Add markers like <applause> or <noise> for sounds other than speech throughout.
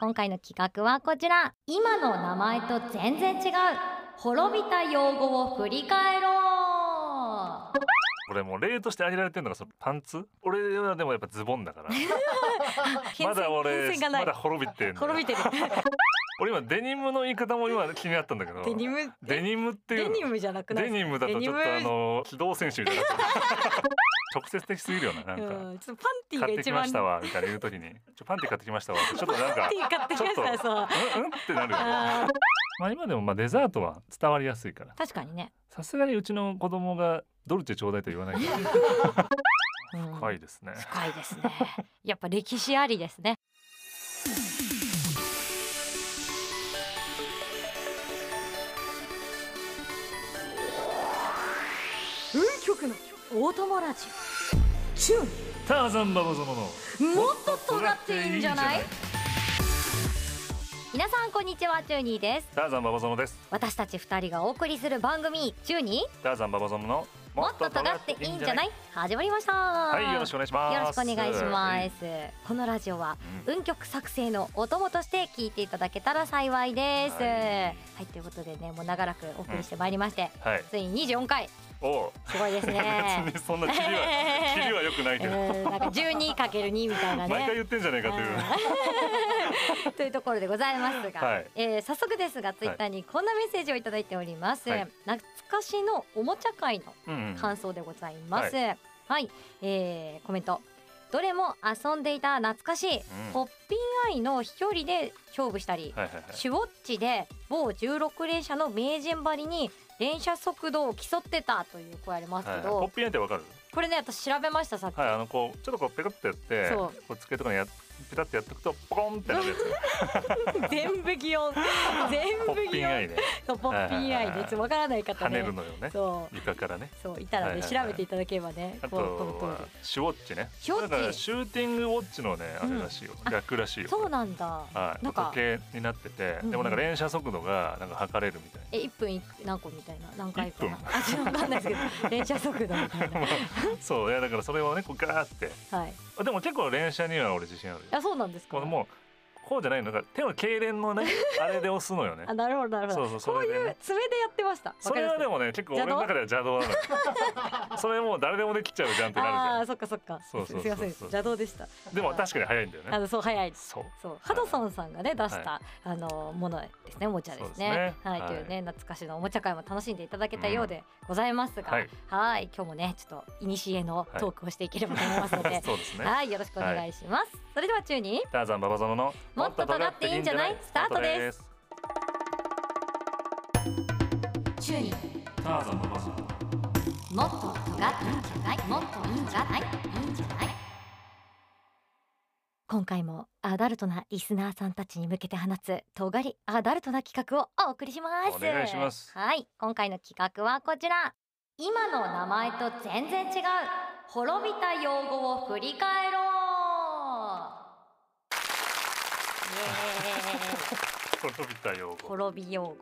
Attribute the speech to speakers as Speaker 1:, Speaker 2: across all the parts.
Speaker 1: 今回の企画はこちら今の名前と全然違う滅びた用語を振り返ろう
Speaker 2: これもう例として挙げられてるのがそのパンツ俺はでもやっぱズボンだからまだ俺
Speaker 1: <laughs> 変遷がな
Speaker 2: ま
Speaker 1: い
Speaker 2: だ滅びてんだよ
Speaker 1: 滅びてる
Speaker 2: 俺今デニムの言い方も今気になったんだけど
Speaker 1: デニム
Speaker 2: デニムっていう
Speaker 1: デ
Speaker 2: の
Speaker 1: ニムじゃなくない
Speaker 2: デニムだとちょっ
Speaker 1: デ
Speaker 2: とあ
Speaker 1: ニム
Speaker 2: の機動戦士みたいにな <laughs> ってる直接的すぎるよななんか、
Speaker 1: うん、ちょっとパンティー
Speaker 2: 買っ
Speaker 1: が
Speaker 2: てき
Speaker 1: 一
Speaker 2: ま
Speaker 1: 番
Speaker 2: したわみたいな言うときにちょパンティ買ってきましたわ
Speaker 1: <laughs>
Speaker 2: ちょっとなん
Speaker 1: パ
Speaker 2: か
Speaker 1: ンティー買ってきました
Speaker 2: ちょっと
Speaker 1: そう
Speaker 2: うんうんってなるよね
Speaker 1: あー
Speaker 2: まあ今でもまあデザートは伝わりやすいから
Speaker 1: 確かにね、
Speaker 2: さすがにうちの子供がドルチェちょうだいと言わないけど
Speaker 1: <laughs> うん
Speaker 2: 怖いですね
Speaker 1: 深いですねやっぱ歴史ありですね運極のオートモラジチュン
Speaker 2: ターザンババゾノの
Speaker 1: もっと尖っていいんじゃない皆さんこんにちはチューニーです
Speaker 2: ターザンババゾノです
Speaker 1: 私たち二人がお送りする番組チューニ
Speaker 2: ターザンババゾノの
Speaker 1: ーもっと尖っていいんじゃない始まりました
Speaker 2: はいよろしくお願いします
Speaker 1: よろしくお願いし
Speaker 2: は
Speaker 1: ま
Speaker 2: い
Speaker 1: す。このラジオは運曲作成のお供として聞いていただけたら幸いです。は、
Speaker 2: はいい
Speaker 1: ということでね、もう長らくお送りしてまいりまして、
Speaker 2: はい
Speaker 1: ついに24回、
Speaker 2: おう
Speaker 1: すごいです
Speaker 2: <laughs>
Speaker 1: ね
Speaker 2: 別。にそんな切りは切りは良くない
Speaker 1: え
Speaker 2: けど
Speaker 1: ー、なんか12かける2みたいな
Speaker 2: <laughs> 毎回
Speaker 1: ね。
Speaker 2: 言ってんじゃねえかという
Speaker 1: うん <laughs> というところでございますが、
Speaker 2: はい
Speaker 1: えー早速ですがツイッターにこんなメッセージをいただいております、
Speaker 2: はい
Speaker 1: 懐かしのおもちゃ会の
Speaker 2: うんうん
Speaker 1: 感想でございます。はい、えーコメント。どれも遊んでいた懐かしい、
Speaker 2: ん
Speaker 1: ポッピンアイの飛距離で勝負したり、
Speaker 2: はいはいはい
Speaker 1: シュウォッチで某16連射の名人ばりに連射速度を競ってたという声あります
Speaker 2: はい
Speaker 1: けど、
Speaker 2: ポッピンってわかる
Speaker 1: これね私調べましたさっき、
Speaker 2: はいあのこうちょっとこうペコッとやって
Speaker 1: そう
Speaker 2: こう机とかにやペタッとやっとくとポコンってなるや
Speaker 1: <laughs>
Speaker 2: つ
Speaker 1: 全部擬
Speaker 2: <laughs>
Speaker 1: 音全
Speaker 2: ポ
Speaker 1: 部
Speaker 2: ッピ
Speaker 1: 擬
Speaker 2: ンア
Speaker 1: 音
Speaker 2: イで
Speaker 1: そうポッピンアイですわからない方
Speaker 2: 跳ね
Speaker 1: ね
Speaker 2: るのよ
Speaker 1: <laughs>
Speaker 2: ね
Speaker 1: そう
Speaker 2: 床からね
Speaker 1: そういたらね、
Speaker 2: はいはいはい
Speaker 1: 調べていただければね
Speaker 2: あと
Speaker 1: こうこの当時
Speaker 2: はシュウォッチね
Speaker 1: シュウォッチ
Speaker 2: だからシューティングウォッチのねあれらしいよ
Speaker 1: うんあ
Speaker 2: 逆らしいよ
Speaker 1: そうなんだ、
Speaker 2: はい
Speaker 1: なんか
Speaker 2: 時計になってて
Speaker 1: うん
Speaker 2: でもなんか連射速度がなんか測れるみたい
Speaker 1: え一分いく何個みたいな何回かな
Speaker 2: 一
Speaker 1: あちょっとわかんないですけど
Speaker 2: <laughs>
Speaker 1: 連射速度みたいな <laughs>
Speaker 2: なそういやだからそれをねこうガーって
Speaker 1: はい
Speaker 2: あでも結構連射には俺自信あるよ
Speaker 1: あそうなんですか
Speaker 2: このもうこうじゃないのだから手の痙攣
Speaker 1: <laughs>
Speaker 2: のねあれで押すのよね
Speaker 1: あなるほどなるほど
Speaker 2: そうそうそ
Speaker 1: こう
Speaker 2: れでね
Speaker 1: いう爪でやってました。
Speaker 2: それはで
Speaker 1: も
Speaker 2: もね結構俺の中では
Speaker 1: <laughs>
Speaker 2: 邪道なのよそれもう誰でもできちゃうじゃんってなるじ
Speaker 1: あ
Speaker 2: ゃ
Speaker 1: あーそっかそっか。
Speaker 2: そうそうそうそう
Speaker 1: すいません邪道でした。
Speaker 2: んでも確かに早いんだよ
Speaker 1: あ
Speaker 2: ね
Speaker 1: のそう早いです。
Speaker 2: そう
Speaker 1: そうハドソンさんがね出した、
Speaker 2: は
Speaker 1: あのものですねおもちゃですね。
Speaker 2: そうですね
Speaker 1: はい、
Speaker 2: はい
Speaker 1: というね懐かしのおもちゃ会も楽しんでいただけたようでございますが、
Speaker 2: はい
Speaker 1: はい今日もねちょっと古のトークをしていければと思いますので、はい、
Speaker 2: そうですね
Speaker 1: よろしくお願いします。それでは中に
Speaker 2: ターザンババゾノの
Speaker 1: もっと尖っていいんじゃないスタートです中に
Speaker 2: ターザンババゾノ
Speaker 1: もっと尖っていいんじゃないもっといいんじゃないいいんじゃない今回もアダルトなリスナーさんたちに向けて放つ尖りアダルトな企画をお送りします
Speaker 2: お願いします
Speaker 1: はい今回の企画はこちら今の名前と全然違う滅びた用語を振り返
Speaker 2: <laughs>
Speaker 1: ろう
Speaker 2: 滅びた用
Speaker 1: イエーイ
Speaker 2: 語
Speaker 1: 滅び用語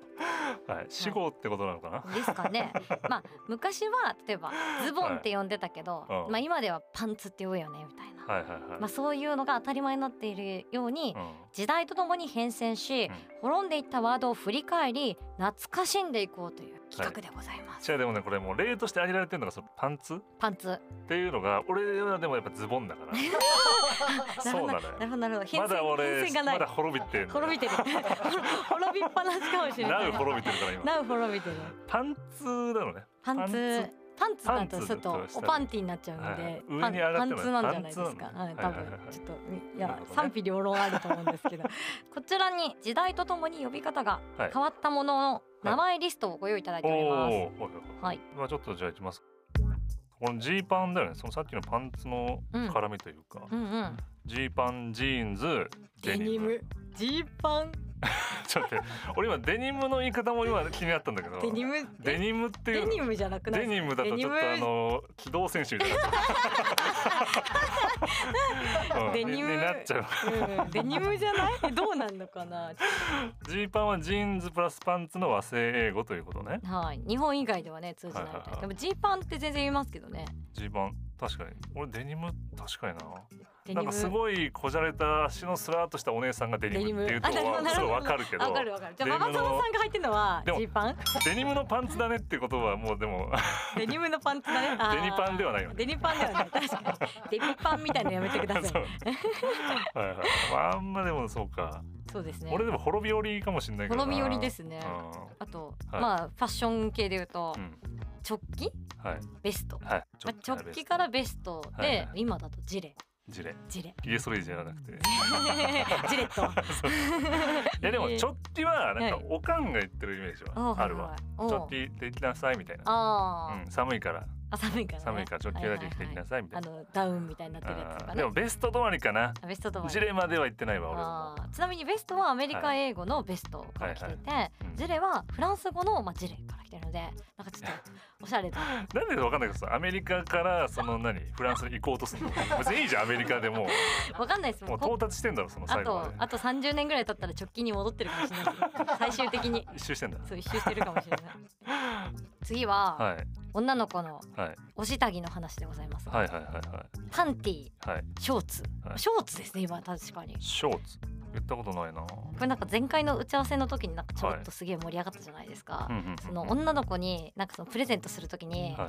Speaker 2: はい死語ってことなのかな
Speaker 1: ですかねまあ昔は例えばズボンって呼んでたけど、
Speaker 2: はいうん
Speaker 1: まあ今ではパンツって呼ぶよねみたいな、
Speaker 2: はいはいはい
Speaker 1: まあそういうのが当たり前になっているように、
Speaker 2: うん
Speaker 1: 時代とともに変遷し、
Speaker 2: ん
Speaker 1: 滅んでいったワードを振り返り懐かしんでいこうという企画でございます、
Speaker 2: じゃあでもねこれもう例として挙げられてるのがそのパンツっ
Speaker 1: パンツ
Speaker 2: ていうのが俺はでもやっぱズボン
Speaker 1: <laughs>
Speaker 2: だからそうなのよ
Speaker 1: なるほどなるほど変
Speaker 2: ま
Speaker 1: 遷
Speaker 2: だ俺
Speaker 1: 変遷がない、
Speaker 2: まだ滅びてんのよ
Speaker 1: 滅びてる <laughs> 滅びっぱなしかもしれな
Speaker 2: ないう滅びてるから今
Speaker 1: なう滅びてる
Speaker 2: パンツなのね
Speaker 1: パンツパンツだ
Speaker 2: パン
Speaker 1: と
Speaker 2: ツ
Speaker 1: ちょっと
Speaker 2: とした
Speaker 1: お
Speaker 2: ら
Speaker 1: パンティになっちゃうの
Speaker 2: はい
Speaker 1: で、
Speaker 2: 上
Speaker 1: パン
Speaker 2: に上が
Speaker 1: パ
Speaker 2: って
Speaker 1: ン
Speaker 2: も
Speaker 1: ツなんじゃないです
Speaker 2: パ
Speaker 1: か
Speaker 2: ン。ツな
Speaker 1: はい、
Speaker 2: の
Speaker 1: 多
Speaker 2: はいはい
Speaker 1: 分
Speaker 2: はい
Speaker 1: ちょっといや、
Speaker 2: なるほどね
Speaker 1: 賛否両論あると思うんですけど、こちらに時代とともに呼び方が
Speaker 2: はい
Speaker 1: 変わったものの名前リストをご用意いただいております。
Speaker 2: おーはい
Speaker 1: は
Speaker 2: はいいまあちょっとじゃあいきますこのジーパンだよねそのさっきのパンツの絡みというか
Speaker 1: うんうん。
Speaker 2: ジーパンジーンズ
Speaker 1: デ
Speaker 2: デ
Speaker 1: ニ
Speaker 2: ニム
Speaker 1: ム、ジーパン、
Speaker 2: ちょっと待って俺今デニムの言い方も今気になったんだけど
Speaker 1: デニム、
Speaker 2: デニムってい
Speaker 1: デ
Speaker 2: うの
Speaker 1: ニムじゃなくない
Speaker 2: デニムだとちょっとあの機動戦士みたいになっち
Speaker 1: <laughs>
Speaker 2: ゃううん
Speaker 1: デニム
Speaker 2: になっちゃう
Speaker 1: うんデニムじゃない？えどうなんのかな。
Speaker 2: ジーパンはジーンズプラスパンツの和製英語ということね
Speaker 1: はい。日本以外ではね通じないみたい
Speaker 2: はいはいはい
Speaker 1: でもジーパンって全然言いますけどね。
Speaker 2: ジーパン確かに俺デニム確かにな
Speaker 1: デ
Speaker 2: な
Speaker 1: ニ
Speaker 2: ん
Speaker 1: ム
Speaker 2: かすごいこじゃれた足のスラーっとしたお姉さんがデニムっていうの
Speaker 1: デニムあ
Speaker 2: は
Speaker 1: なる
Speaker 2: す
Speaker 1: ほ
Speaker 2: ご
Speaker 1: ど
Speaker 2: いわかるけど
Speaker 1: わかるわかるじゃ
Speaker 2: デ
Speaker 1: あ
Speaker 2: ニム
Speaker 1: マ
Speaker 2: の
Speaker 1: マ友さんが履いてるのは
Speaker 2: でも
Speaker 1: ジーパン
Speaker 2: デニムのパンツだねってことはもうでも
Speaker 1: デニムのパンツだねあー
Speaker 2: デニパンではないよね
Speaker 1: デニパンでは
Speaker 2: <laughs>
Speaker 1: ない確かにデニパンみたいなのやめてください
Speaker 2: そうはいはい、まあ、あんまでもそうか、
Speaker 1: そうですね
Speaker 2: 俺でも滅び寄りかもしれないけどな
Speaker 1: 滅び寄りですね
Speaker 2: う
Speaker 1: あと、
Speaker 2: はい
Speaker 1: まあファッション系で言うと、
Speaker 2: ん、うん
Speaker 1: 直帰
Speaker 2: はい
Speaker 1: ベスト、ま
Speaker 2: はい
Speaker 1: あ、直帰からベストで、
Speaker 2: はいはい
Speaker 1: 今だとジレ
Speaker 2: 事例
Speaker 1: ジ
Speaker 2: <laughs>
Speaker 1: レ
Speaker 2: イエスロイじゃなくてい
Speaker 1: ジレッ <laughs> ト
Speaker 2: やでも
Speaker 1: えー
Speaker 2: チョッキはなんか
Speaker 1: はい
Speaker 2: おかんが言ってるイメージ
Speaker 1: おう
Speaker 2: はあるわ
Speaker 1: はい
Speaker 2: チ
Speaker 1: はい
Speaker 2: ョ
Speaker 1: おう
Speaker 2: ッキできなさいみたいな
Speaker 1: あー、
Speaker 2: うん、寒いから
Speaker 1: あ寒いから、ね、
Speaker 2: 寒いからチョッキだけ着てきなさいみた
Speaker 1: あ
Speaker 2: いな、
Speaker 1: のダウンみたいになってるやつと
Speaker 2: あ
Speaker 1: か
Speaker 2: ー
Speaker 1: ね
Speaker 2: でもベスト止まりかな
Speaker 1: あベストとは
Speaker 2: 事例までは言ってないわ俺
Speaker 1: あ
Speaker 2: も
Speaker 1: ーちなみにベストはアメリカ英語のベストから来ていて、
Speaker 2: うん
Speaker 1: ジレはフランス語の、まあ、ジレから来てるのでなんかちょっとおしゃれだ
Speaker 2: なんでかわかんないけどさアメリカからその何フランスに行こうとするの別にいいじゃんアメリカ
Speaker 1: <laughs>
Speaker 2: でも
Speaker 1: わかんないです
Speaker 2: うも
Speaker 1: も
Speaker 2: うん
Speaker 1: こ
Speaker 2: 到達してんだろその
Speaker 1: あ
Speaker 2: 最後ま
Speaker 1: と
Speaker 2: で
Speaker 1: あと30年ぐらい経ったら直近に戻ってるかもしれない最終的に
Speaker 2: 一周してんだ
Speaker 1: そう一周してるかもしれない次は、
Speaker 2: はい
Speaker 1: 女の子の
Speaker 2: はい
Speaker 1: お下着の話でございます、
Speaker 2: はいはいはいは
Speaker 1: パンティ
Speaker 2: いはい
Speaker 1: ショーツ、
Speaker 2: はい
Speaker 1: ショーツですね今確かに
Speaker 2: ショーツ言ったことないな
Speaker 1: これなんか前回の打ち合わせの時になんかちょろっ
Speaker 2: はい
Speaker 1: とすげえ盛り上がったじゃないですか、
Speaker 2: うんうんうん
Speaker 1: その女の子になんかそのプレゼントするときに、
Speaker 2: はい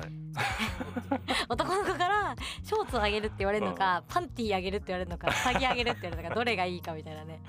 Speaker 1: 男の子からショーツあげるって言われるのか、パンティーあげるって言われるのか下着あげるって言われるのかどれがいいかみたいな
Speaker 2: <laughs>
Speaker 1: ね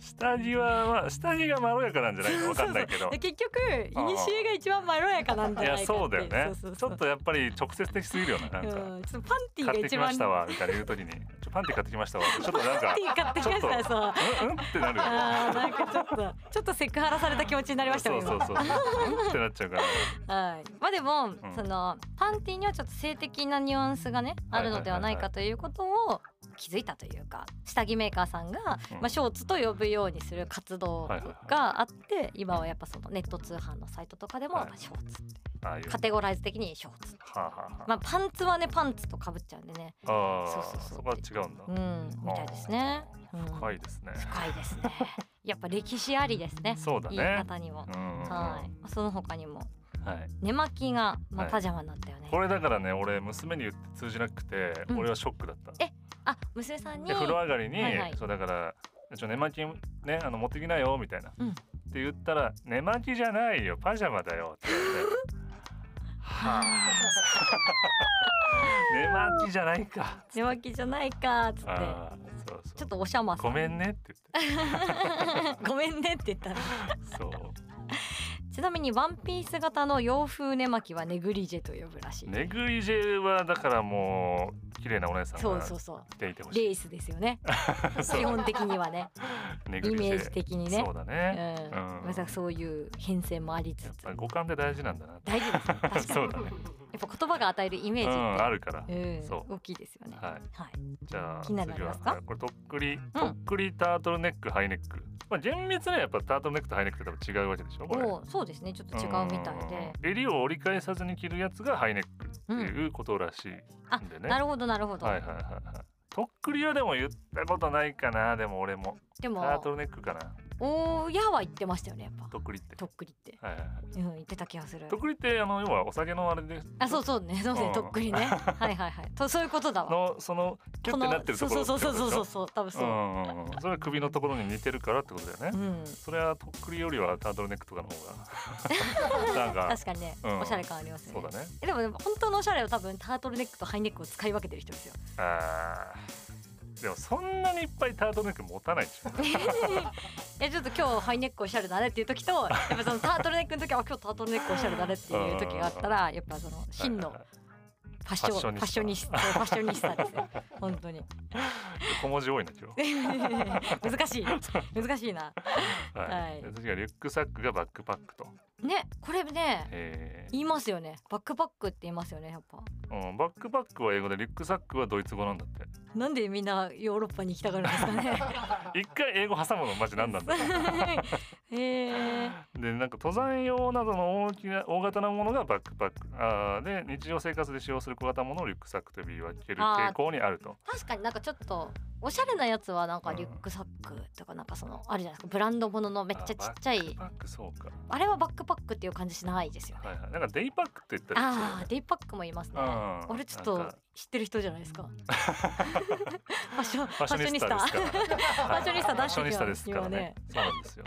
Speaker 2: 下着はまあ下着がまろやかなんじゃないかわかんないけど
Speaker 1: で結局いにしえが一番まろやかなんじ
Speaker 2: い
Speaker 1: ゃ
Speaker 2: や
Speaker 1: ないかって
Speaker 2: そうだよ
Speaker 1: そ
Speaker 2: ね
Speaker 1: うそう
Speaker 2: ち
Speaker 1: そ
Speaker 2: ょ
Speaker 1: う
Speaker 2: っとやっぱり直接的すぎるよななんか、
Speaker 1: うん、ちょっとパンティー
Speaker 2: 買っ
Speaker 1: が
Speaker 2: て
Speaker 1: 一
Speaker 2: きま
Speaker 1: 番
Speaker 2: したわみたいな言うときに「ちょパンティ買ってきましたわ」ちょっとなん
Speaker 1: <laughs>
Speaker 2: か
Speaker 1: パンティー買ってきました
Speaker 2: ち
Speaker 1: そう
Speaker 2: 「うんうん?」ってなるよね
Speaker 1: あーなんかちょっと <laughs> ちょっとセクハラされた気持ちになりました
Speaker 2: そ
Speaker 1: もん
Speaker 2: うそうそううんってなっちゃうから
Speaker 1: はい、まあでも、
Speaker 2: ん
Speaker 1: そのパンティーにはちょっと性的なニュアンスがねあるのではないかということを気づいたというか下着メーカーさんが、
Speaker 2: うん
Speaker 1: まあ、ショーツと呼ぶようにする活動
Speaker 2: はいはいはい
Speaker 1: があって今はやっぱそのネット通販のサイトとかでも、
Speaker 2: はい
Speaker 1: まあショーツ
Speaker 2: ああいう
Speaker 1: カテゴライズ的にショーツ、
Speaker 2: はあはあは
Speaker 1: まあ、パンツはねパンツとかぶっちゃうんでね
Speaker 2: ああー
Speaker 1: そうそうそう
Speaker 2: そこは違うんだ
Speaker 1: うんみたいですね。うん、
Speaker 2: 深いですね
Speaker 1: 深いですね。 <laughs> やっぱ歴史ありですね。
Speaker 2: そうだ
Speaker 1: 言
Speaker 2: ね
Speaker 1: い方にも。
Speaker 2: うん
Speaker 1: はい、まあその他にも
Speaker 2: はい
Speaker 1: 寝巻きが、まあ、
Speaker 2: はい
Speaker 1: パジャマになったよね。
Speaker 2: これだからね俺娘に言って通じなくて
Speaker 1: うん
Speaker 2: 俺はショックだった
Speaker 1: あ、娘さんに。
Speaker 2: で風呂上がりに、
Speaker 1: はいはい
Speaker 2: そうだからちょ寝巻きねあの持ってきなよみたいな、
Speaker 1: うん
Speaker 2: って言ったら寝巻きじゃないよパジャマだよって言われては
Speaker 1: <laughs>
Speaker 2: あ寝巻きじゃないか
Speaker 1: 寝巻きじゃないかっつって
Speaker 2: あーそう
Speaker 1: ちょ
Speaker 2: そ
Speaker 1: っ
Speaker 2: う
Speaker 1: とおしゃまさ
Speaker 2: ご
Speaker 1: ん
Speaker 2: めんねって
Speaker 1: <laughs> ごめんねって言ったら <laughs>
Speaker 2: 言ってそう
Speaker 1: ちなみにワンピース型の洋風寝巻きはネグリジェと呼ぶらしい、
Speaker 2: ネグリジェはだからもう綺麗なお姉さん
Speaker 1: そう
Speaker 2: が
Speaker 1: そうそう
Speaker 2: 着ていてほしい
Speaker 1: レースですよ
Speaker 2: <laughs>
Speaker 1: ね基本的にはね
Speaker 2: ネ
Speaker 1: イ
Speaker 2: グリジェ
Speaker 1: メージ的にね
Speaker 2: そうだ
Speaker 1: う
Speaker 2: ね、
Speaker 1: ん
Speaker 2: うん
Speaker 1: まさかそういう変遷もありつつ
Speaker 2: やっぱ五感で大事なんだな
Speaker 1: 大事ですね確かに
Speaker 2: <laughs> そうだね
Speaker 1: やっぱ言葉が与えるイメ
Speaker 2: う
Speaker 1: ー
Speaker 2: んあるから
Speaker 1: ジって、
Speaker 2: そ
Speaker 1: うん、大きいですよね
Speaker 2: はい
Speaker 1: はい、
Speaker 2: じゃあ
Speaker 1: 気になるのありますか
Speaker 2: 次はこれとっくり、とっくりタートルネックハイネックまあ厳密にはやっぱタートルネックとハイネックって多分違うわけでしょこれ
Speaker 1: おうそうですねちょっと違うみたいで
Speaker 2: うん襟を折り返さずに着るやつがハイネックっていうことらしいん
Speaker 1: あ
Speaker 2: でね、
Speaker 1: なるほどなるほど、
Speaker 2: はいはいはいはいとっくりはでも言ったことないかなでも俺も
Speaker 1: で
Speaker 2: ター
Speaker 1: も
Speaker 2: トルネックかな
Speaker 1: おやは言ってましたよねやっぱ
Speaker 2: とっくりって
Speaker 1: とっくりって
Speaker 2: はいはいはい
Speaker 1: うん、言ってた気がする
Speaker 2: とっ。くりってあの要はお酒のあれで
Speaker 1: あ、そうそうね、そうね
Speaker 2: う、ん
Speaker 1: とっくりね。はいはいはい。とそういうことだわ。
Speaker 2: のそのキュッてなってるところ
Speaker 1: そう
Speaker 2: ってこと
Speaker 1: そうそうそうそう
Speaker 2: でし
Speaker 1: そう、多分
Speaker 2: ょう
Speaker 1: そう。
Speaker 2: んうんうんそれは首のところに似てるからってことだよね、
Speaker 1: うん。
Speaker 2: それはとっくりよりはタートルネックとかの方
Speaker 1: <laughs>
Speaker 2: がなんか
Speaker 1: 確かにね、
Speaker 2: うん
Speaker 1: おしゃれ感ありますよ
Speaker 2: そうだ
Speaker 1: ね。
Speaker 2: ね
Speaker 1: えでもでも本当のおしゃれは多分タートルネックとハイネックを使い分けてる人ですよ。
Speaker 2: あーでもそんなにいっぱいタートルネック持たないでし
Speaker 1: <laughs>
Speaker 2: ょ
Speaker 1: えちょっと今日ハイネックおしゃれだねっていう時と、やっぱそのタートルネックの時はあ今日タートルネックおしゃれだね
Speaker 2: <laughs>
Speaker 1: っていう時があったら、やっぱその真の
Speaker 2: はいはいはい
Speaker 1: ファッションファ
Speaker 2: ファ
Speaker 1: ッ
Speaker 2: ッ
Speaker 1: シ
Speaker 2: シ
Speaker 1: ョ
Speaker 2: ョ
Speaker 1: ン
Speaker 2: ン
Speaker 1: に
Speaker 2: ニ
Speaker 1: し
Speaker 2: ス
Speaker 1: フ
Speaker 2: <laughs>
Speaker 1: ァッションにしたですね。本当に <laughs>
Speaker 2: 小文字多いな今日
Speaker 1: 難しい難しいな。
Speaker 2: は
Speaker 1: はい
Speaker 2: いで次はリュックサックがバックパックと、
Speaker 1: ねこれね
Speaker 2: え
Speaker 1: 言いますよね。バックパックって言いますよねやっぱ。
Speaker 2: ーうん、バックパックは英語でリュックサックはドイツ語なんだって
Speaker 1: なんでみんなヨーロッパに行きたがるんですかね。
Speaker 2: 一回英語挟むのマジ何なんだろ
Speaker 1: へえ。
Speaker 2: うでなんか登山用などの大きな大型なものがバックパックあーで日常生活で使用する小型ものをリュックサックと呼び分ける傾向にあると
Speaker 1: 確かになんかちょっとおしゃれなやつはなんかリュックサックとかなんかそのあるじゃないですかブランドもののめっちゃちっちゃ
Speaker 2: バッ
Speaker 1: い
Speaker 2: クパックそうか
Speaker 1: あれはバックパックっていう感じしないですよね。
Speaker 2: はいはい、なんかデイパックって言ったりするよ
Speaker 1: あ
Speaker 2: ね
Speaker 1: あデイパックも言いますね。
Speaker 2: うあ
Speaker 1: あれちょっと知ってる人じゃないです <laughs> か。ファッ
Speaker 2: <laughs>
Speaker 1: ションフ
Speaker 2: ファ
Speaker 1: ァッ
Speaker 2: ッショ
Speaker 1: ショ
Speaker 2: ニ
Speaker 1: ニ
Speaker 2: ス
Speaker 1: ス
Speaker 2: タ
Speaker 1: タ。
Speaker 2: です
Speaker 1: フ
Speaker 2: からね。
Speaker 1: ァッショニスタ
Speaker 2: ファッ
Speaker 1: 出し
Speaker 2: ショ
Speaker 1: てき
Speaker 2: ニスタ
Speaker 1: ま
Speaker 2: ですすから
Speaker 1: 今
Speaker 2: ね
Speaker 1: ね。。
Speaker 2: そうなんですよ。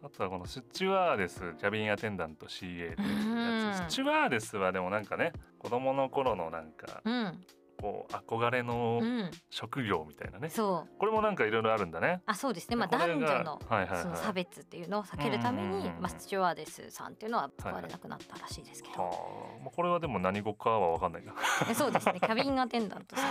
Speaker 2: あとはこのスチュワーデスキャビンアテンダント CA っていうやつ
Speaker 1: うん
Speaker 2: スチュワーデスはでもなんかね子供の頃のなんか
Speaker 1: うん
Speaker 2: こう憧れの
Speaker 1: うん
Speaker 2: 職業みたいなね、
Speaker 1: そう
Speaker 2: これもなんかいろいろあるんだね。
Speaker 1: あそうですね。まあ
Speaker 2: これ
Speaker 1: 男
Speaker 2: が
Speaker 1: 女の
Speaker 2: はいはいはい
Speaker 1: その差別っていうのを避けるため
Speaker 2: うんうん
Speaker 1: に
Speaker 2: うんうん
Speaker 1: まあスチュワーデスさんっていうのは使わ
Speaker 2: は
Speaker 1: れ
Speaker 2: い
Speaker 1: なくなったらしいですけど。
Speaker 2: はあ、まあ、これはでも何語かは分かんないな。
Speaker 1: えそうですね。キャビンアテンダントさん。
Speaker 2: <laughs>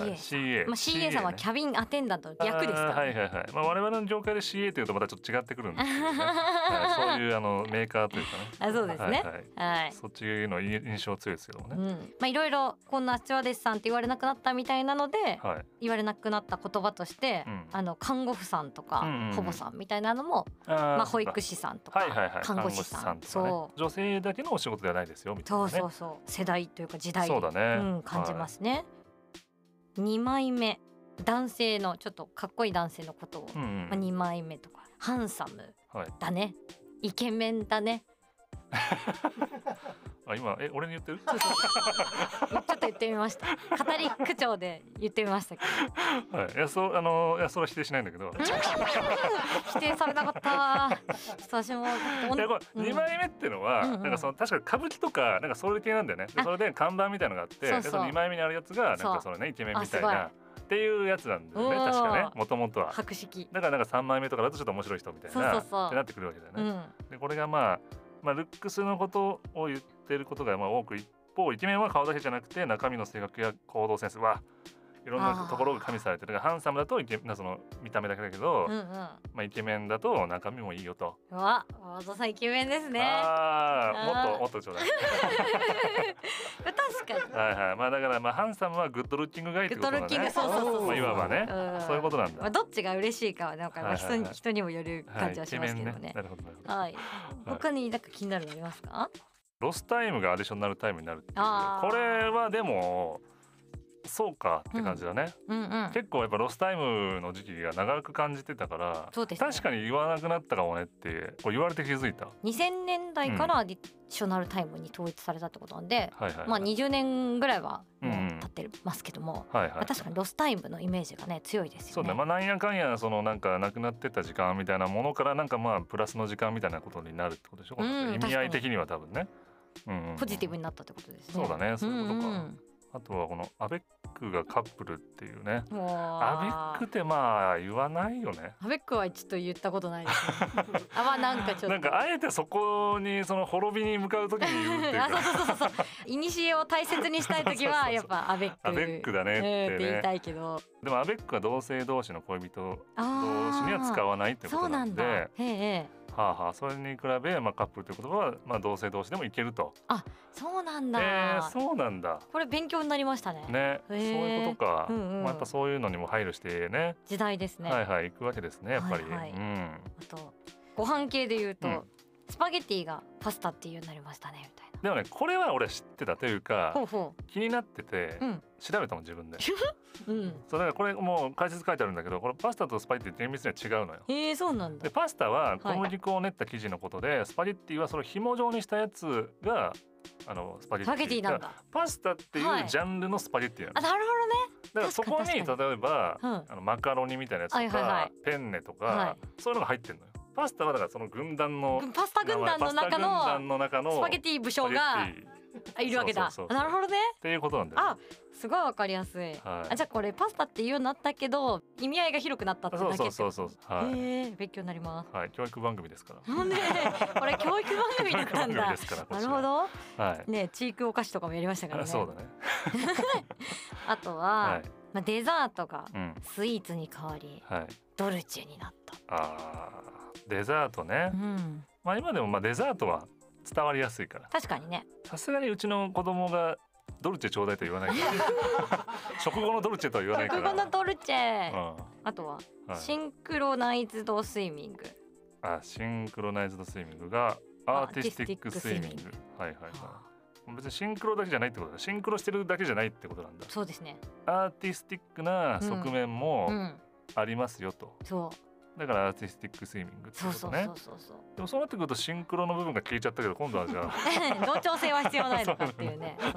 Speaker 2: はい
Speaker 1: CA。
Speaker 2: CA。
Speaker 1: まあ CA さんはキ
Speaker 2: ャ
Speaker 1: ャビンアテンダントの略ですから
Speaker 2: はいはい
Speaker 1: ね。
Speaker 2: はい。まあ我々の業界で CA というとまたちょっと違ってくるんですけ
Speaker 1: <laughs>
Speaker 2: どね。はい、そういうあのメーカーというかね。
Speaker 1: あそうですね
Speaker 2: はいはい
Speaker 1: はい。
Speaker 2: そっちの印象強いですけども
Speaker 1: う
Speaker 2: ね。
Speaker 1: ん、まあいろいろこんなスチュワーデスさんって言われなくなったみたいなので、
Speaker 2: はい。
Speaker 1: 言われなくなった言葉として、
Speaker 2: うん
Speaker 1: あの看護婦さんとか、
Speaker 2: うんうんうん
Speaker 1: 保母さんみたいなのも、
Speaker 2: あー
Speaker 1: まあ、保育
Speaker 2: 士
Speaker 1: 士さんとか、
Speaker 2: はいはいはい。
Speaker 1: 看護師さん
Speaker 2: 看護師とかね
Speaker 1: そう
Speaker 2: 女性だけのお仕事ではないですよみたい
Speaker 1: そ
Speaker 2: な
Speaker 1: う
Speaker 2: ね。
Speaker 1: そうそう世代というか時代
Speaker 2: そうだね。
Speaker 1: うん、感じますね、二2枚目男性のちょっとかっこいい男性のことを、
Speaker 2: はい。うんうん
Speaker 1: まあ、2枚目とかハンサム
Speaker 2: はい
Speaker 1: だね、イケメンだね
Speaker 2: あ今え俺に言ってる？
Speaker 1: そうそうちょっと言ってみま
Speaker 2: <laughs>
Speaker 1: した語り口調で言ってみましたけど
Speaker 2: はい。いやそうあのいやそれは否定しないんだけど。
Speaker 1: 否定されなかったちょっと私も
Speaker 2: いやこれ
Speaker 1: うん
Speaker 2: 2枚目ってのは、
Speaker 1: うんうん
Speaker 2: なんかその確か歌舞伎とかなんかそれ系なんだよねで
Speaker 1: あ
Speaker 2: それで看板みたいのがあって
Speaker 1: そうそう
Speaker 2: でその2枚目にあるやつがなん
Speaker 1: そう
Speaker 2: かそのねイケメンみたい
Speaker 1: あ
Speaker 2: なっていうやつなんだよね
Speaker 1: おー
Speaker 2: 確かねもともとは。
Speaker 1: 白色
Speaker 2: だからなんか3枚目とかだとちょっと面白い人みたいな
Speaker 1: そうそうそう
Speaker 2: ってなってくるわけだよ
Speaker 1: う
Speaker 2: ね。
Speaker 1: ん
Speaker 2: でこれがまあ、まあ、ルックスのことを言ってることがまあ多く一方イケメンは顔だけじゃなくて中身の性格や行動センスはいろん
Speaker 1: あ
Speaker 2: な
Speaker 1: ー
Speaker 2: ところが加味されてるだからハンサムだとイケなその見た目だけだけど、
Speaker 1: うんうん
Speaker 2: まあ、イケメンだと中身もいいよと。
Speaker 1: うわ、和田さんイケメンですね。
Speaker 2: ああ
Speaker 1: あー
Speaker 2: もっともっとちょうだい。
Speaker 1: 確かに。
Speaker 2: はいはいまあだからまあハンサムはグッドルッキングがいいってことだ
Speaker 1: グ
Speaker 2: ね。
Speaker 1: ッドルッキングそうそうそうそう
Speaker 2: まあいわばね、
Speaker 1: うん
Speaker 2: そういうことなんだ。
Speaker 1: まあ、どっちが嬉しいかは、なんか、まあ、
Speaker 2: はい
Speaker 1: 人
Speaker 2: はい
Speaker 1: に、
Speaker 2: はい
Speaker 1: 人にもよる
Speaker 2: は
Speaker 1: 感
Speaker 2: い
Speaker 1: じはしますけど
Speaker 2: イケメン
Speaker 1: ね
Speaker 2: な。るほどなるほど。
Speaker 1: はい、他になんか気になるのありますか。
Speaker 2: ロスタイムがアディショナルタイムになるっていう。
Speaker 1: あー
Speaker 2: これはでもそうかって感じだね。
Speaker 1: うんうん。
Speaker 2: 結構やっぱロスタイムの時期が長く感じてたから。
Speaker 1: そうです、ね。
Speaker 2: 確かに言わなくなったかもねってこう言われて気づいた。は
Speaker 1: 2000年代からアディショナルタイムに統一されたってことなんで。
Speaker 2: いはい、はい。
Speaker 1: まあ、20年ぐらいは、もう
Speaker 2: うんうん
Speaker 1: 経ってますけども。
Speaker 2: はいはい
Speaker 1: まあ、確かにロスタイムのイメージがね、強いですよね。
Speaker 2: そうね、まあ、なんやかんやそのなんかなくなってった時間みたいなものからなんかまあプラスの時間みたいなことになるってことでしょ、
Speaker 1: うん
Speaker 2: 意味合い的には多分ね、うんうん
Speaker 1: ポジティブになったってことですね。
Speaker 2: そうだねそういうことか
Speaker 1: んん
Speaker 2: あとはこの「アベックがカップル」っていうね
Speaker 1: もう
Speaker 2: アベックってまあ言わないよね
Speaker 1: アベックはちょっと言ったことないですね。 <laughs> あまあなんかちょっと。
Speaker 2: な
Speaker 1: <laughs>
Speaker 2: んかあえてそこにその滅びに向かう時に言うってい
Speaker 1: <laughs>
Speaker 2: う
Speaker 1: あ
Speaker 2: か
Speaker 1: そうそうそうそう。いにしえを大切にしたい時
Speaker 2: <laughs> そうそうそ
Speaker 1: は
Speaker 2: う
Speaker 1: やっぱアベック。
Speaker 2: アベックだ
Speaker 1: う
Speaker 2: ね
Speaker 1: ん
Speaker 2: って
Speaker 1: って言い
Speaker 2: ね
Speaker 1: たいけど。
Speaker 2: でもアベックは同性同士の恋人同士には使
Speaker 1: わ
Speaker 2: わないってこ
Speaker 1: そう
Speaker 2: と
Speaker 1: な
Speaker 2: なんん
Speaker 1: だ。
Speaker 2: で
Speaker 1: ええええ
Speaker 2: はあはあそれに比べ、まあ、カップルという言葉は、まあ、同性同士でもいけると
Speaker 1: そうなん
Speaker 2: えー、
Speaker 1: だ。
Speaker 2: そうなんだ
Speaker 1: これ勉強になりましたね。
Speaker 2: ね、
Speaker 1: へ
Speaker 2: そう
Speaker 1: ー
Speaker 2: いうことか、
Speaker 1: うんうん
Speaker 2: まあ、やっぱそういうのにも配慮してね
Speaker 1: 時代ですね。
Speaker 2: はいはい行くわけですねやっぱり、
Speaker 1: はいはい
Speaker 2: うん
Speaker 1: あとご飯系で言うと、
Speaker 2: うん
Speaker 1: スパゲティがパスタっていうようになりましたねみたいな。
Speaker 2: でもねこれは俺は知ってたというか
Speaker 1: ほうほ
Speaker 2: 気になってて、
Speaker 1: うん
Speaker 2: 調べたもん自分で
Speaker 1: う。うん。
Speaker 2: そうだからこれもう解説書いてあるんだけどこれパスタとスパゲッティって厳密には違うのよ
Speaker 1: へえそうなんだ
Speaker 2: で。パスタは小麦粉を練った生地のことで、スパゲッティはその紐状にしたやつがあのスパゲ
Speaker 1: ス
Speaker 2: ッテ
Speaker 1: パ
Speaker 2: ィ
Speaker 1: ゲティなんだ。
Speaker 2: パスタってい
Speaker 1: は
Speaker 2: う
Speaker 1: い
Speaker 2: ジャンルのスパゲッティなの、
Speaker 1: あなる
Speaker 2: だからそこに例
Speaker 1: 確か
Speaker 2: えば
Speaker 1: ほどね。
Speaker 2: あのマカロニみたいなやつと
Speaker 1: は
Speaker 2: か、
Speaker 1: いはいはい
Speaker 2: ペンネとか、
Speaker 1: は
Speaker 2: そういうのが入ってるのよ。パスタはだからその軍団の
Speaker 1: うん。パスタ軍団の中
Speaker 2: パスタ軍
Speaker 1: の
Speaker 2: 団の中の
Speaker 1: スパゲティ武将が
Speaker 2: スパゲッティっ
Speaker 1: いるわけだ。
Speaker 2: そうそうそうそう
Speaker 1: なるほどね。
Speaker 2: ていうことなんだよね。
Speaker 1: あ、すごいわかりやすい。
Speaker 2: はい
Speaker 1: あ、じゃあこれパスタっていうようになったけど意味合いが広くなったってだけ
Speaker 2: そ
Speaker 1: っ
Speaker 2: う
Speaker 1: て
Speaker 2: そ
Speaker 1: こ
Speaker 2: う
Speaker 1: と。
Speaker 2: そうそうはい、
Speaker 1: へえ勉強になります。
Speaker 2: はい教育番組ですから。
Speaker 1: ほんで、これ教育番組だっ
Speaker 2: <laughs>
Speaker 1: たんだ
Speaker 2: で。すから。こ
Speaker 1: な
Speaker 2: ち
Speaker 1: る
Speaker 2: ら
Speaker 1: ほ。ど。
Speaker 2: はい。
Speaker 1: ね、地域お菓子とかもやりましたから
Speaker 2: あ
Speaker 1: ね。
Speaker 2: そうだね。
Speaker 1: あとは、
Speaker 2: はい。
Speaker 1: まあデザートが
Speaker 2: うん。
Speaker 1: スイーツに変わり
Speaker 2: はい。
Speaker 1: ドルチェになった。
Speaker 2: あーデザートね
Speaker 1: う。ん。
Speaker 2: まあ今でもまあデザートは伝わりやすいから。
Speaker 1: 確かにね。
Speaker 2: さすがにうちの子供がドルチェちょうだいとは言わない
Speaker 1: <laughs>
Speaker 2: から。食後のドルチェとは言わないか
Speaker 1: 食
Speaker 2: ら。
Speaker 1: 後のドルチェ。
Speaker 2: う
Speaker 1: あとは、
Speaker 2: ん。はい
Speaker 1: シンクロナイズドスイミング。
Speaker 2: あシンクロナイズドスイミングがアーティスティックスイミング
Speaker 1: アーティスティックスイミン
Speaker 2: はいはいはい別にシンクロだけじゃないってことだシンクロしてるだけじゃないってことなんだ
Speaker 1: そうですね。
Speaker 2: アーティスティックな側面
Speaker 1: う
Speaker 2: も
Speaker 1: ん。
Speaker 2: ありますよと、
Speaker 1: そう。
Speaker 2: だからアーティスティックスイミングって
Speaker 1: そ
Speaker 2: こ
Speaker 1: う
Speaker 2: と
Speaker 1: そう
Speaker 2: ね
Speaker 1: そうそうそう
Speaker 2: でもそうなってくるとシンクロの部分が消えちゃったけど今度は
Speaker 1: <laughs>
Speaker 2: じゃ
Speaker 1: 同調性は必要ないのかっていう
Speaker 2: <laughs>
Speaker 1: ねその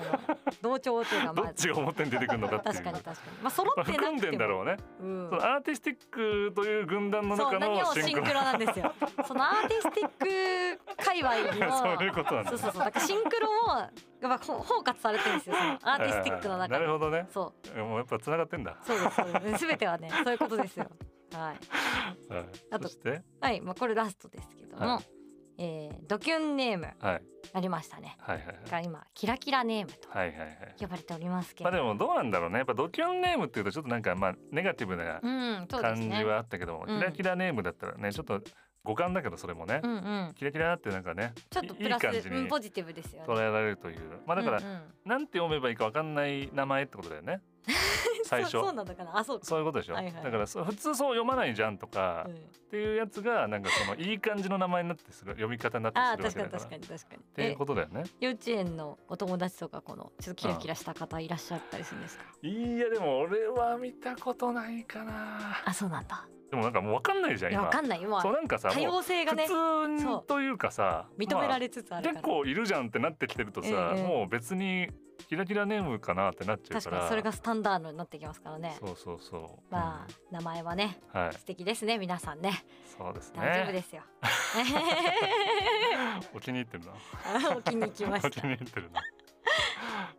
Speaker 1: 同調っていうか
Speaker 2: あど
Speaker 1: ま
Speaker 2: <laughs> っ
Speaker 1: あ
Speaker 2: ちが表に出てくるのかっていう
Speaker 1: 確かに確かにまあ揃ってなくても
Speaker 2: 含んでんだろうね、
Speaker 1: うん
Speaker 2: そのアーティスティックという軍団の
Speaker 1: そ
Speaker 2: 中
Speaker 1: う何
Speaker 2: の
Speaker 1: を
Speaker 2: シ
Speaker 1: シ
Speaker 2: ンク
Speaker 1: ンク
Speaker 2: ロ
Speaker 1: ロなんですよそのアーティスティック界隈
Speaker 2: <laughs> そうい
Speaker 1: の
Speaker 2: うことなんだ
Speaker 1: そうそうそうだからシンクロもやっぱほ包括されてるんですよそのアーティスティックの
Speaker 2: はい
Speaker 1: 中
Speaker 2: はいな
Speaker 1: で
Speaker 2: るほどね
Speaker 1: そう
Speaker 2: もうやっぱ繋がってんだ、
Speaker 1: そうですそうです全てはねそういうことですよはい、
Speaker 2: はい、
Speaker 1: あと
Speaker 2: そして
Speaker 1: はいまあ、これラストですけども、
Speaker 2: は
Speaker 1: えードキュンネーム
Speaker 2: はい
Speaker 1: ありましたね
Speaker 2: はいはい
Speaker 1: が今キラキラネームと
Speaker 2: はいはいはいはい
Speaker 1: 呼ばれておりますけ
Speaker 2: ま
Speaker 1: ど、
Speaker 2: あでもどうなんだろうねやっぱドキュンネームっていうとちょっとなんかまあネガティブな
Speaker 1: うんそうで
Speaker 2: 感
Speaker 1: す
Speaker 2: じ
Speaker 1: ね
Speaker 2: はあったけども、
Speaker 1: うん
Speaker 2: キラキラネームだったらねちょっと五感だけどそれもね、
Speaker 1: うんうん
Speaker 2: キラキラってなんかね
Speaker 1: ちょっとプラ
Speaker 2: いいい
Speaker 1: ス
Speaker 2: 感じに
Speaker 1: うんポジティブですよ
Speaker 2: 捉
Speaker 1: ね
Speaker 2: えられるというまあだから、
Speaker 1: うんうん
Speaker 2: なんて読めばいいかわかんない名前ってことだよね最初
Speaker 1: <laughs> そ
Speaker 2: そう
Speaker 1: そうなのかなあそうか
Speaker 2: ういうことでしょ、
Speaker 1: はいはい
Speaker 2: だからそう普通そう読まないじゃんとか、
Speaker 1: う
Speaker 2: っ
Speaker 1: ん
Speaker 2: ていうやつがなんかそのいい感じの名前になってすごい読み方になって
Speaker 1: ああ
Speaker 2: するわ
Speaker 1: 確
Speaker 2: け
Speaker 1: か
Speaker 2: だ
Speaker 1: に
Speaker 2: から
Speaker 1: 確かに確かに
Speaker 2: っていう
Speaker 1: え
Speaker 2: ことだよね
Speaker 1: 幼稚園のお友達とかこのちょっとキラキラした方いらっしゃったりするんですか、
Speaker 2: いやでも俺は見たことないかな
Speaker 1: あそうなんだ
Speaker 2: でもなんかもうわかんないじゃん
Speaker 1: いやわか
Speaker 2: 今
Speaker 1: んない今
Speaker 2: そうなんかさ
Speaker 1: 多
Speaker 2: もう
Speaker 1: 様性がね
Speaker 2: 普
Speaker 1: そう
Speaker 2: 通というかさ
Speaker 1: 認めら
Speaker 2: れ
Speaker 1: れつつある
Speaker 2: 結
Speaker 1: から、
Speaker 2: 構いるじゃんってなってきてるとさ、
Speaker 1: ええ
Speaker 2: もう別にキラキラネームかなってなっちゃうか
Speaker 1: 確からにそれがスタンダードになってきますからね
Speaker 2: そうそうそう
Speaker 1: まあ名前はね
Speaker 2: うんはい
Speaker 1: 素敵ですね皆さんね
Speaker 2: そうですね
Speaker 1: 大丈夫です
Speaker 2: <laughs>
Speaker 1: よ、 <laughs>
Speaker 2: お気に入ってるな
Speaker 1: <laughs> あお気に入りま
Speaker 2: お
Speaker 1: し
Speaker 2: 気
Speaker 1: た
Speaker 2: に入ってるな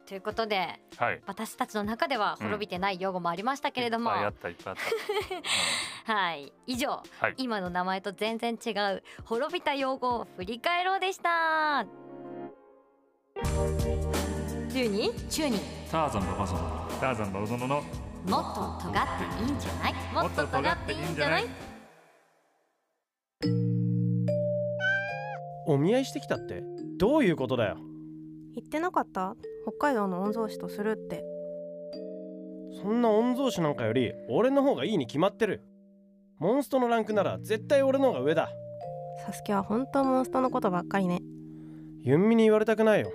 Speaker 1: ということで
Speaker 2: はい
Speaker 1: 私たちの中では滅びてない用語もありましたけれども、
Speaker 2: いっぱいあったいっぱいあった
Speaker 1: はい以上、
Speaker 2: はい
Speaker 1: 今の名前と全然違う滅びた用語を振り返ろうでした中に中に
Speaker 2: ターザンババゾノターザンババゾノ
Speaker 1: も
Speaker 2: の
Speaker 1: っと尖っていいんじゃないもっと尖っていいんじゃない
Speaker 3: お見合いしてきたってどういうことだよ
Speaker 4: 言ってなかった北海道の御曹司とするって
Speaker 3: そんな御曹司なんかより俺の方がいいに決まってるモンストのランクなら絶対俺の方が上だ
Speaker 4: サスケは本当モンストのことばっかりね
Speaker 3: ユンミに言われたくないよ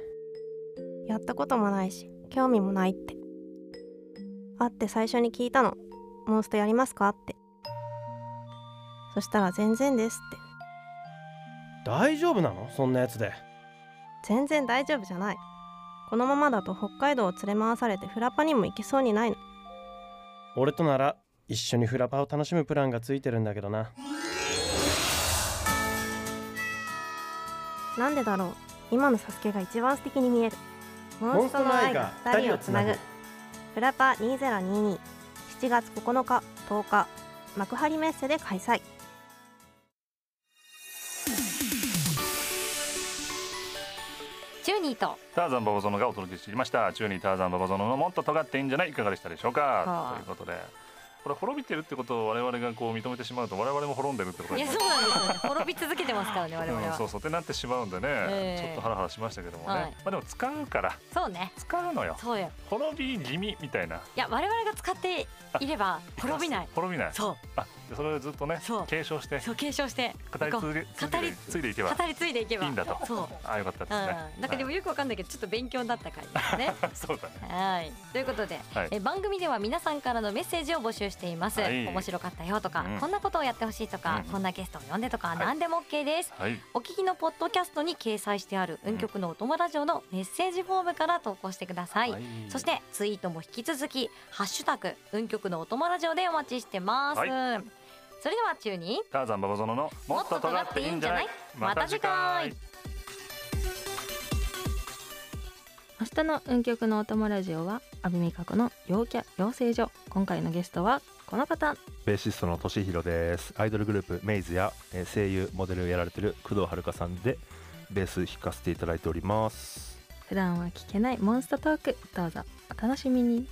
Speaker 4: やったこともないし興味もないって会って最初に聞いたのモンストやりますかってそしたら全然ですって
Speaker 3: 大丈夫なのそんなやつで
Speaker 4: 全然大丈夫じゃないこのままだと北海道を連れ回されてフラパにも行けそうにないの
Speaker 3: 俺となら一緒にフラパを楽しむプランがついてるんだけどな
Speaker 4: なんでだろう今のサスケが一番素敵に見えるモンストの愛が二人をつなぐフラパ20227月9日10日幕張メッセで開催
Speaker 1: 中にと
Speaker 2: ターザンババゾノがお届けしてきました中にターザンババゾノのもっと尖っていいんじゃないいかがでしたでしょうか
Speaker 1: はあ
Speaker 2: ということでこれ滅びてるってことを我々がこう認めてしまうと我々も滅んでるってこと
Speaker 1: い
Speaker 2: に
Speaker 1: やそうなんですよね滅び続けてますからね我々は、
Speaker 2: う
Speaker 1: そ
Speaker 2: ん、そううそうってなってしまうんでね、
Speaker 1: ええ
Speaker 2: ちょっとハラハラしましたけどもね、
Speaker 1: はい
Speaker 2: まあでも使うから
Speaker 1: ね
Speaker 2: 使うのよ
Speaker 1: そうよ
Speaker 2: 滅び気味みたいない
Speaker 1: や我々が使っていれば滅びない
Speaker 2: 滅びない
Speaker 1: そう
Speaker 2: あでそれをずっとね
Speaker 1: そう
Speaker 2: 継承して
Speaker 1: そう継承して
Speaker 2: 語り
Speaker 1: こう
Speaker 2: 続け続け
Speaker 1: 語
Speaker 2: て
Speaker 1: り
Speaker 2: ついでいけば
Speaker 1: 語り継いでいけば
Speaker 2: いいんだと
Speaker 1: そう
Speaker 2: あよかったですね、
Speaker 1: うん、なんかでもよくわかんないけどちょっと勉強になった感じです
Speaker 2: <laughs>
Speaker 1: ね。
Speaker 2: はいそうだね
Speaker 1: はいということで、
Speaker 2: はい
Speaker 1: え番組では皆さんからのメッセージを募集しています、
Speaker 2: はい
Speaker 1: 面白かったよとか、
Speaker 2: うん
Speaker 1: こんなことをやってほしいとか、
Speaker 2: うん
Speaker 1: こんなゲストを呼んでとか、
Speaker 2: い
Speaker 1: 何でも OK です
Speaker 2: はい
Speaker 1: お聞きのポッドキャストに掲載してある「運極のお友ラジオ」のメッセージフォームから投稿してください、
Speaker 2: はい
Speaker 1: そしてツイートも引き続き「ハッシュタグ運極のお友ラジオ」でお待ちしてます、
Speaker 2: はい
Speaker 1: それでは中に
Speaker 2: ターザンババゾノのもっと尖っていいんじゃない
Speaker 1: また次回
Speaker 5: 明日の運極のお供ラジオは阿部美加子の陽キャ養成所今回のゲストはこの方
Speaker 6: ベーシストのとしひろですアイドルグループメイズや、えー声優モデルをやられてる工藤遥さんでベース弾かせていただいております
Speaker 5: 普段は聞けないモンスタートークどうぞお楽しみに